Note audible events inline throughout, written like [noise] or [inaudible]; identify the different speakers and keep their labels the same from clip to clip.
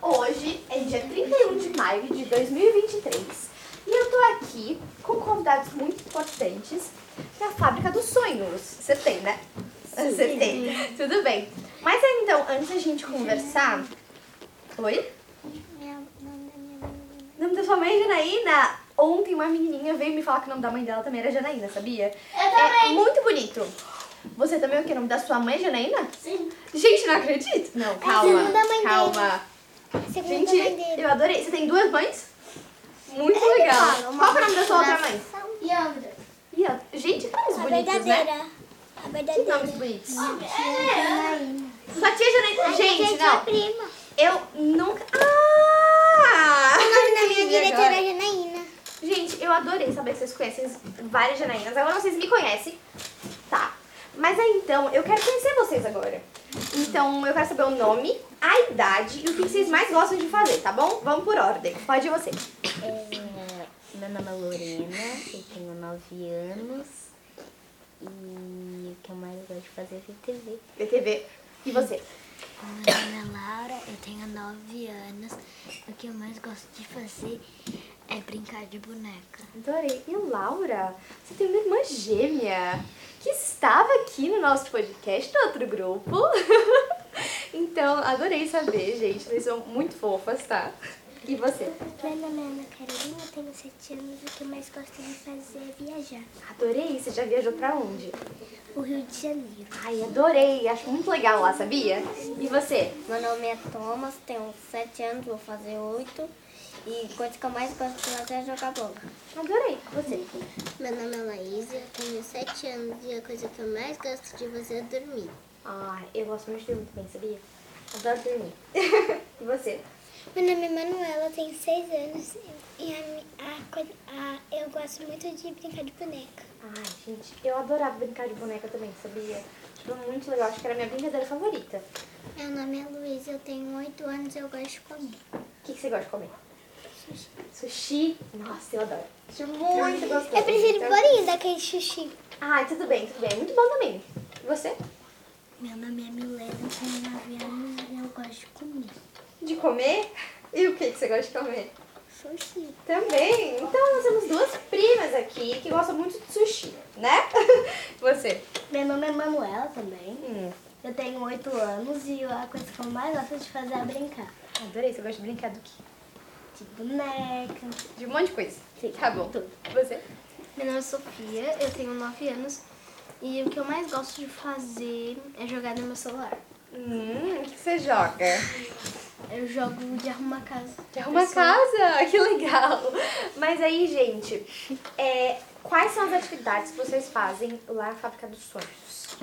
Speaker 1: Hoje é dia 31 de maio de 2023 e eu tô aqui com convidados muito importantes da Fábrica dos Sonhos. Você tem, né? Você tem. Tudo bem. Mas aí, então, antes da gente conversar. Oi?
Speaker 2: é
Speaker 1: O nome da sua mãe é Janaína? Ontem uma menininha veio me falar que o nome da mãe dela também era Janaína, sabia?
Speaker 3: Eu
Speaker 1: É
Speaker 3: também.
Speaker 1: muito bonito. Você também o que? O nome da sua mãe é Janaína?
Speaker 3: Sim.
Speaker 1: Gente, não acredito. Não,
Speaker 3: o
Speaker 1: calma.
Speaker 3: nome da mãe
Speaker 1: calma.
Speaker 3: Segundo
Speaker 1: Gente, eu adorei. Você tem duas mães? Muito legal. Qual que é o nome da sua outra mãe?
Speaker 3: E Andra.
Speaker 1: Ih, ó, Gente, que nomes
Speaker 2: A
Speaker 1: bonitos, né?
Speaker 2: verdadeira. A
Speaker 1: Que nomes
Speaker 2: verdadeira.
Speaker 1: bonitos.
Speaker 3: É.
Speaker 1: Sua tia Janaína. Gente,
Speaker 2: é
Speaker 1: não.
Speaker 2: prima.
Speaker 1: Eu nunca. Ah!
Speaker 2: O nome da minha
Speaker 1: Sim,
Speaker 2: diretora
Speaker 1: agora.
Speaker 2: é Janaína.
Speaker 1: Gente, eu adorei saber que vocês conhecem várias Janaínas. Agora vocês me conhecem. Tá. Mas aí então, eu quero conhecer vocês agora. Então, eu quero saber o nome, a idade e o que vocês mais gostam de fazer, tá bom? Vamos por ordem. Pode ir você.
Speaker 4: Meu nome é Lorena, eu tenho 9 anos e o que eu mais gosto de fazer é ver TV.
Speaker 1: BTV. E você?
Speaker 4: Meu nome é Laura, eu tenho 9 anos. O que eu mais gosto de fazer é brincar de boneca.
Speaker 1: Adorei. E Laura, você tem uma irmã gêmea que estava aqui no nosso podcast no outro grupo. [laughs] então, adorei saber, gente. Vocês são muito fofas, tá? E você?
Speaker 2: Meu nome é Ana Carolina, tenho 7 anos. O que eu mais gosto de fazer é viajar.
Speaker 1: Adorei. Você já viajou pra onde?
Speaker 2: O Rio de Janeiro.
Speaker 1: Ai, adorei. Acho muito legal lá, sabia? E você?
Speaker 4: Meu nome é Thomas, tenho 7 anos, vou fazer 8. E coisa que eu mais gosto de fazer é jogar bola.
Speaker 1: Adorei. Você?
Speaker 2: Meu nome é Laís, eu tenho 7 anos. E a coisa que eu mais gosto de fazer é dormir.
Speaker 1: Ai, eu gosto muito de dormir também, sabia? Adoro [laughs] dormir. e você?
Speaker 2: Meu nome é Manuela, eu tenho 6 anos. E a, mi- a coi- a- eu gosto muito de brincar de boneca.
Speaker 1: Ai, gente, eu adorava brincar de boneca também, sabia? Tipo, muito legal. Acho que era a minha brincadeira favorita.
Speaker 2: Meu nome é Luísa, eu tenho 8 anos. Eu gosto de comer.
Speaker 1: O que, que você gosta de comer? Sushi. Sushi? Nossa, eu adoro. Acho muito gostoso.
Speaker 2: Eu prefiro
Speaker 1: Então-
Speaker 2: bolinho daquele sushi.
Speaker 1: Ai, tudo bem, tudo bem. Muito bom também. E você?
Speaker 2: Meu nome é Milena, eu tenho 9 anos e eu gosto de comer.
Speaker 1: De comer? E o que, que você gosta de comer?
Speaker 2: Sushi.
Speaker 1: Também. Então, nós temos duas primas aqui que gostam muito de sushi, né? [laughs] você?
Speaker 4: Meu nome é Manuela também,
Speaker 1: Hum,
Speaker 4: eu tenho 8 anos e a coisa que eu mais gosto de fazer é brincar.
Speaker 1: adorei. Você gosta de brincar do quê?
Speaker 4: De boneca.
Speaker 1: De um monte de coisa.
Speaker 4: Sim,
Speaker 1: Tá bom.
Speaker 4: tudo.
Speaker 1: Você?
Speaker 4: Meu nome é Sofia, eu tenho 9 anos e o que eu mais gosto de fazer é jogar no meu celular.
Speaker 1: Hum, o que você joga?
Speaker 4: Eu jogo de arrumar casa.
Speaker 1: Que arruma a casa, [laughs] que legal. Mas aí, gente, é, quais são as atividades que vocês fazem lá na Fábrica dos Sonhos?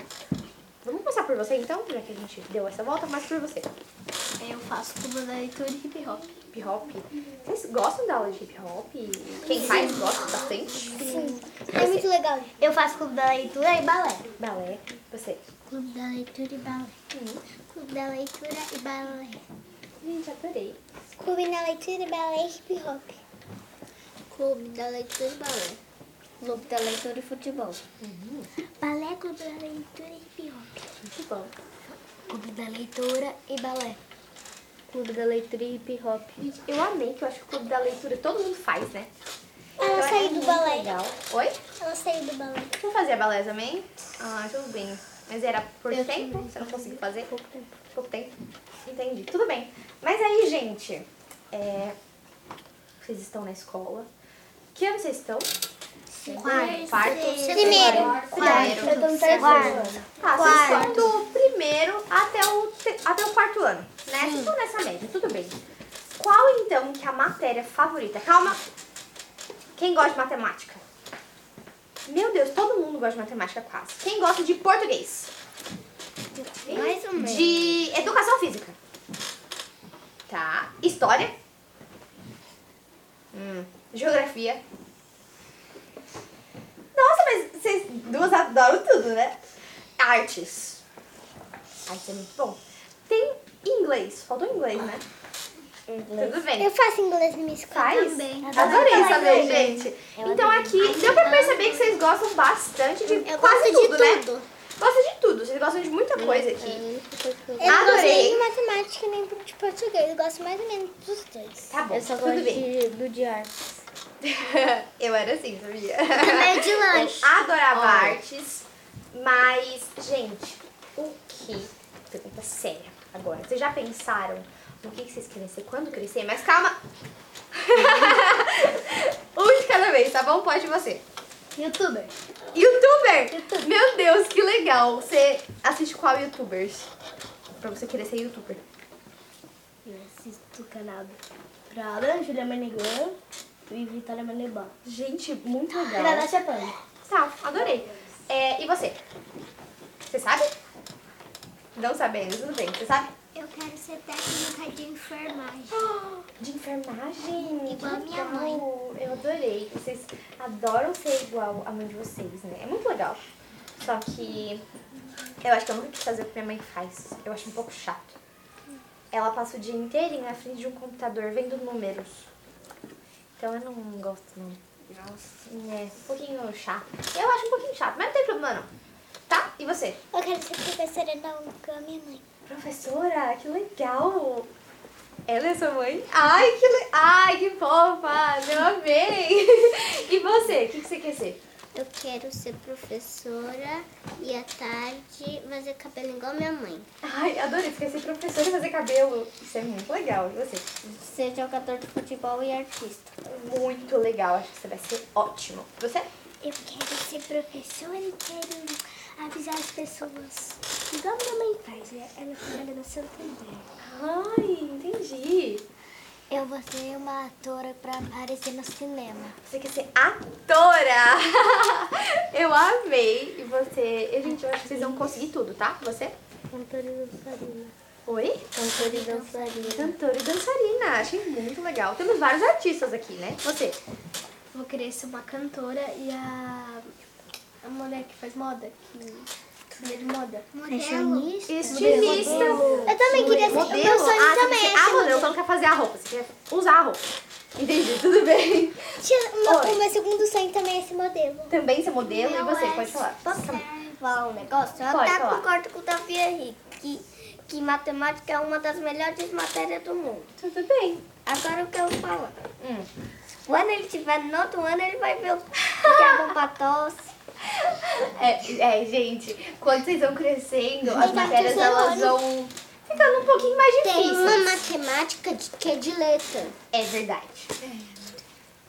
Speaker 1: Vamos começar por você então, já que a gente deu essa volta, mas por você.
Speaker 4: É, Eu faço clube da leitura e hip hop.
Speaker 1: Hip hop. Vocês gostam da aula de hip hop? Quem mais gosta bastante? Sim.
Speaker 2: É muito legal.
Speaker 4: Eu faço clube da leitura e balé.
Speaker 1: Balé, você.
Speaker 2: Clube da leitura e balé. Clube da leitura e balé.
Speaker 1: Hum, Gente, adorei.
Speaker 2: Clube da leitura e balé hip hop. Clube da leitura e balé.
Speaker 4: Clube da leitura e futebol.
Speaker 2: Balé, clube da leitura e hip hop.
Speaker 1: Muito bom.
Speaker 4: Clube da leitura e balé. Clube da leitura e hip hop.
Speaker 1: Gente, eu amei que eu acho que o clube da leitura todo mundo faz, né?
Speaker 2: Ela
Speaker 1: Então, é
Speaker 2: saiu do
Speaker 1: muito
Speaker 2: balé.
Speaker 1: Legal. Oi?
Speaker 2: Ela saiu do balé.
Speaker 1: Você fazia balé também? Ah, tudo bem. Mas era por tempo? Você não conseguiu fazer? Pouco tempo. Pouco tempo? Entendi. Tudo bem. Mas aí, gente, é, vocês estão na escola. Que ano vocês estão? Quarto. Quarto.
Speaker 2: Primeiro.
Speaker 1: Primeiro.
Speaker 4: Eu tô no terceiro ano.
Speaker 1: Tá, vocês estão do primeiro até o, te- até o quarto ano, né? Vocês estão nessa média, tudo bem. Qual, então, que é a matéria favorita? Calma. Quem gosta de matemática? Meu Deus, todo mundo gosta de matemática quase. Quem gosta de português?
Speaker 4: Mais ou menos.
Speaker 1: De educação física. Tá. História. Hum, Geografia. Nossa, mas vocês duas adoram tudo, né? Artes. Artes é muito bom. Tem inglês. Faltou inglês, né?
Speaker 4: inglês.
Speaker 1: Tudo bem.
Speaker 2: Eu faço inglês na minha escola
Speaker 4: É
Speaker 1: Faz?
Speaker 2: também.
Speaker 1: Adorei saber, gente.
Speaker 4: Eu
Speaker 1: Então
Speaker 4: adorei.
Speaker 1: aqui deu pra perceber que vocês gostam bastante de
Speaker 2: Eu
Speaker 1: quase
Speaker 2: gosto de
Speaker 1: tudo, né?
Speaker 2: Tipo, tudo.
Speaker 1: Gostam de tudo, vocês gostam de muita coisa aqui.
Speaker 2: Eu não gosto nem
Speaker 1: Adorei.
Speaker 2: de matemática nem de português. Eu gosto mais ou menos dos dois.
Speaker 1: Tá bom,
Speaker 4: Eu só
Speaker 1: tudo
Speaker 4: gosto
Speaker 1: bem.
Speaker 4: de, do de artes.
Speaker 1: [laughs] Eu era assim, sabia?
Speaker 3: Também de lanche.
Speaker 1: [laughs] Eu adorava
Speaker 4: Olha.
Speaker 1: artes, mas, gente, o que? Pergunta séria agora. Vocês já pensaram no que que vocês querem ser quando crescer? Mas calma! [laughs] um de cada vez, tá bom? Pode você.
Speaker 4: É
Speaker 3: Youtuber.
Speaker 1: Youtuber! Meu Deus, que legal! Você assiste qual youtubers? Pra você querer ser youtuber.
Speaker 3: Eu assisto o canal Prada, Julia Menegan e Vitória Menebó.
Speaker 1: Gente, muito legal.
Speaker 3: Granada Chapando.
Speaker 1: Tá, adorei. É, e você? Você sabe? Não sabemos, tudo bem. Você sabe?
Speaker 2: Eu quero ser técnica de enfermagem.
Speaker 1: De enfermagem.
Speaker 2: Igual a
Speaker 1: que
Speaker 2: minha
Speaker 1: legal.
Speaker 2: mãe.
Speaker 1: Eu adorei. Vocês adoram ser igual a mãe de vocês, né? É muito legal. Só que eu acho que eu nunca quis fazer o que minha mãe faz. Eu acho um pouco chato. Ela passa o dia inteirinho na frente de um computador vendo números. Então eu não gosto, não. Nossa. É, um pouquinho chato. Eu acho um pouquinho chato, mas não tem problema, não. Tá? E você?
Speaker 2: Eu quero ser professora da UNC com a minha mãe.
Speaker 1: Professora, que legal! Ela é sua mãe? Ai, que, le... Ai, que fofa! Eu amei! [laughs] E você, o que, que você quer ser?
Speaker 2: Eu quero ser professora e à tarde fazer cabelo igual minha mãe.
Speaker 1: Ai, adorei, você quer ser professora e fazer cabelo. Isso é muito legal. E você?
Speaker 3: Ser jogador de futebol e artista.
Speaker 1: Muito legal, acho que você vai ser ótimo. Você?
Speaker 2: Eu quero ser professora e quero avisar as pessoas. Igual minha mãe faz, né? ela trabalha no Santander.
Speaker 1: Ai, entendi.
Speaker 2: Eu vou ser uma atora pra aparecer no cinema.
Speaker 1: Você quer ser atora! [laughs] Eu amei. E você? Eu, gente, eu acho que vocês vão conseguir tudo, tá? Você?
Speaker 2: Cantora e dançarina.
Speaker 1: Oi?
Speaker 2: Cantora e dançarina.
Speaker 1: Cantora e dançarina, achei muito legal. Temos vários artistas aqui, né? Você?
Speaker 3: Vou querer ser uma cantora e a, a mulher que faz moda, que estuda de moda.
Speaker 2: Fashionista.
Speaker 1: Estilista.
Speaker 2: Eu também queria ser. Meu sonho
Speaker 1: Ah,
Speaker 2: também
Speaker 1: você,
Speaker 2: é
Speaker 1: ah,
Speaker 2: ser
Speaker 1: modelo. Você não quer fazer a roupa, você quer usar a roupa. Entendi, tudo bem.
Speaker 2: Tia, uma-
Speaker 1: Oi.
Speaker 2: O meu segundo sonho também é esse modelo.
Speaker 1: Também ser modelo e você,
Speaker 3: é
Speaker 1: pode falar.
Speaker 3: falar um negócio? Eu
Speaker 1: Pode
Speaker 3: até
Speaker 1: falar.
Speaker 3: concordo com o Davi Henrique, que, que matemática é uma das melhores matérias do mundo.
Speaker 1: Tudo bem.
Speaker 3: Agora o que eu vou falar?
Speaker 1: Hum.
Speaker 3: Quando ele tiver no outro ano, ele vai
Speaker 1: [laughs]
Speaker 3: ver o que é bom pra tosse.
Speaker 1: É, é, gente, quando vocês vão crescendo, as
Speaker 2: Tem
Speaker 1: matérias
Speaker 2: terceiro
Speaker 1: elas
Speaker 2: ano.
Speaker 1: vão ficando um pouquinho mais difíceis.
Speaker 2: matemática que é de letra.
Speaker 1: É verdade.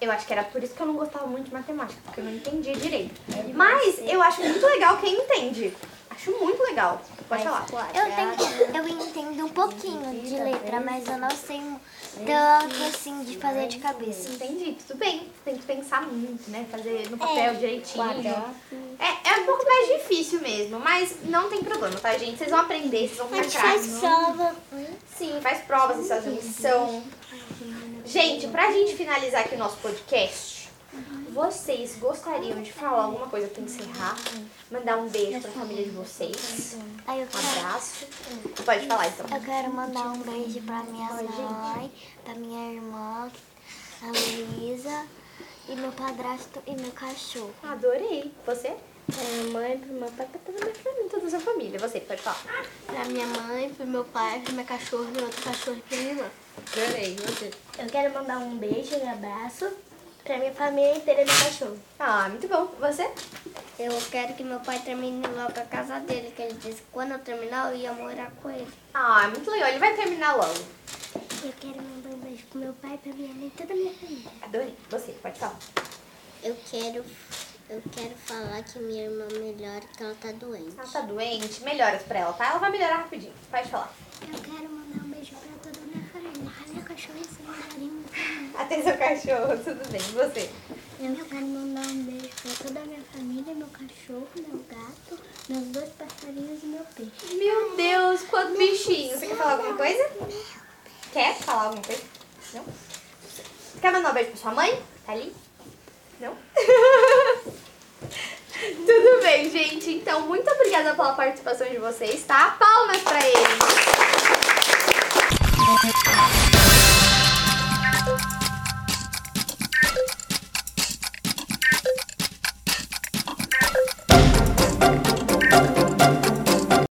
Speaker 1: Eu acho que era por isso que eu não gostava muito de matemática, porque eu não entendia direito. Mas eu acho muito legal quem entende. Acho muito legal. Pode falar.
Speaker 2: Eu, tenho, eu entendo um pouquinho de letra, mas eu não sei
Speaker 3: um
Speaker 2: tanto assim de fazer de cabeça.
Speaker 1: Entendi, tudo bem. Tem que pensar muito, né? Fazer no papel direitinho.
Speaker 4: quadrado.
Speaker 1: É, é um pouco mais difícil mesmo, mas não tem problema, tá, gente? Vocês vão aprender, vocês vão ficar craques.
Speaker 2: prova.
Speaker 1: Sim, faz prova, vocês fazem lição. Gente, pra gente finalizar aqui o nosso podcast, vocês gostariam de falar alguma coisa pra encerrar? Mandar um beijo pra família de vocês?
Speaker 2: Aí eu
Speaker 1: Um
Speaker 2: quero,
Speaker 1: abraço? Pode falar, então.
Speaker 2: eu quero mandar um beijo pra minha mãe, pra minha irmã, a Luísa, e meu padrasto e meu cachorro.
Speaker 1: Adorei. Você?
Speaker 4: Pra
Speaker 1: É,
Speaker 4: minha mãe, pro
Speaker 1: tá
Speaker 4: meu pai, pra toda minha família.
Speaker 1: Toda a sua família. Você, pode falar.
Speaker 3: Pra minha mãe, pro meu pai, pro meu cachorro e outro cachorro e pra minha irmã.
Speaker 1: Adorei. Você?
Speaker 3: Eu quero mandar um beijo e um abraço pra minha família inteira do cachorro.
Speaker 1: Ah, muito bom. Você?
Speaker 3: Eu quero que meu pai termine logo a casa dele, que ele disse que quando eu terminar eu ia morar com ele.
Speaker 1: Ah, muito legal. Ele vai terminar logo.
Speaker 2: Eu quero mandar um beijo pro meu pai, pra minha mãe e toda a minha família.
Speaker 1: Adorei. Você, pode falar.
Speaker 2: Eu quero, eu quero falar que minha irmã
Speaker 3: é
Speaker 2: melhora, que ela tá doente.
Speaker 1: Ela tá doente, melhoras pra ela, tá? Ela vai melhorar rapidinho. Pode falar.
Speaker 2: Eu quero mandar um beijo pra toda a minha família. Meu cachorro e mandarim.
Speaker 1: Até seu cachorro, tudo bem. Você?
Speaker 2: Eu quero mandar um beijo pra toda a minha família, meu cachorro, meu gato, meus dois passarinhos e meu peixe.
Speaker 1: Meu Deus, quanto bichinho. Você quer falar alguma coisa? Quer falar alguma coisa? Não? Quer mandar um beijo pra sua mãe? Tá ali? Não? [laughs] Tudo bem, gente. Então, muito obrigada pela participação de vocês, tá? Palmas pra eles. Tchau.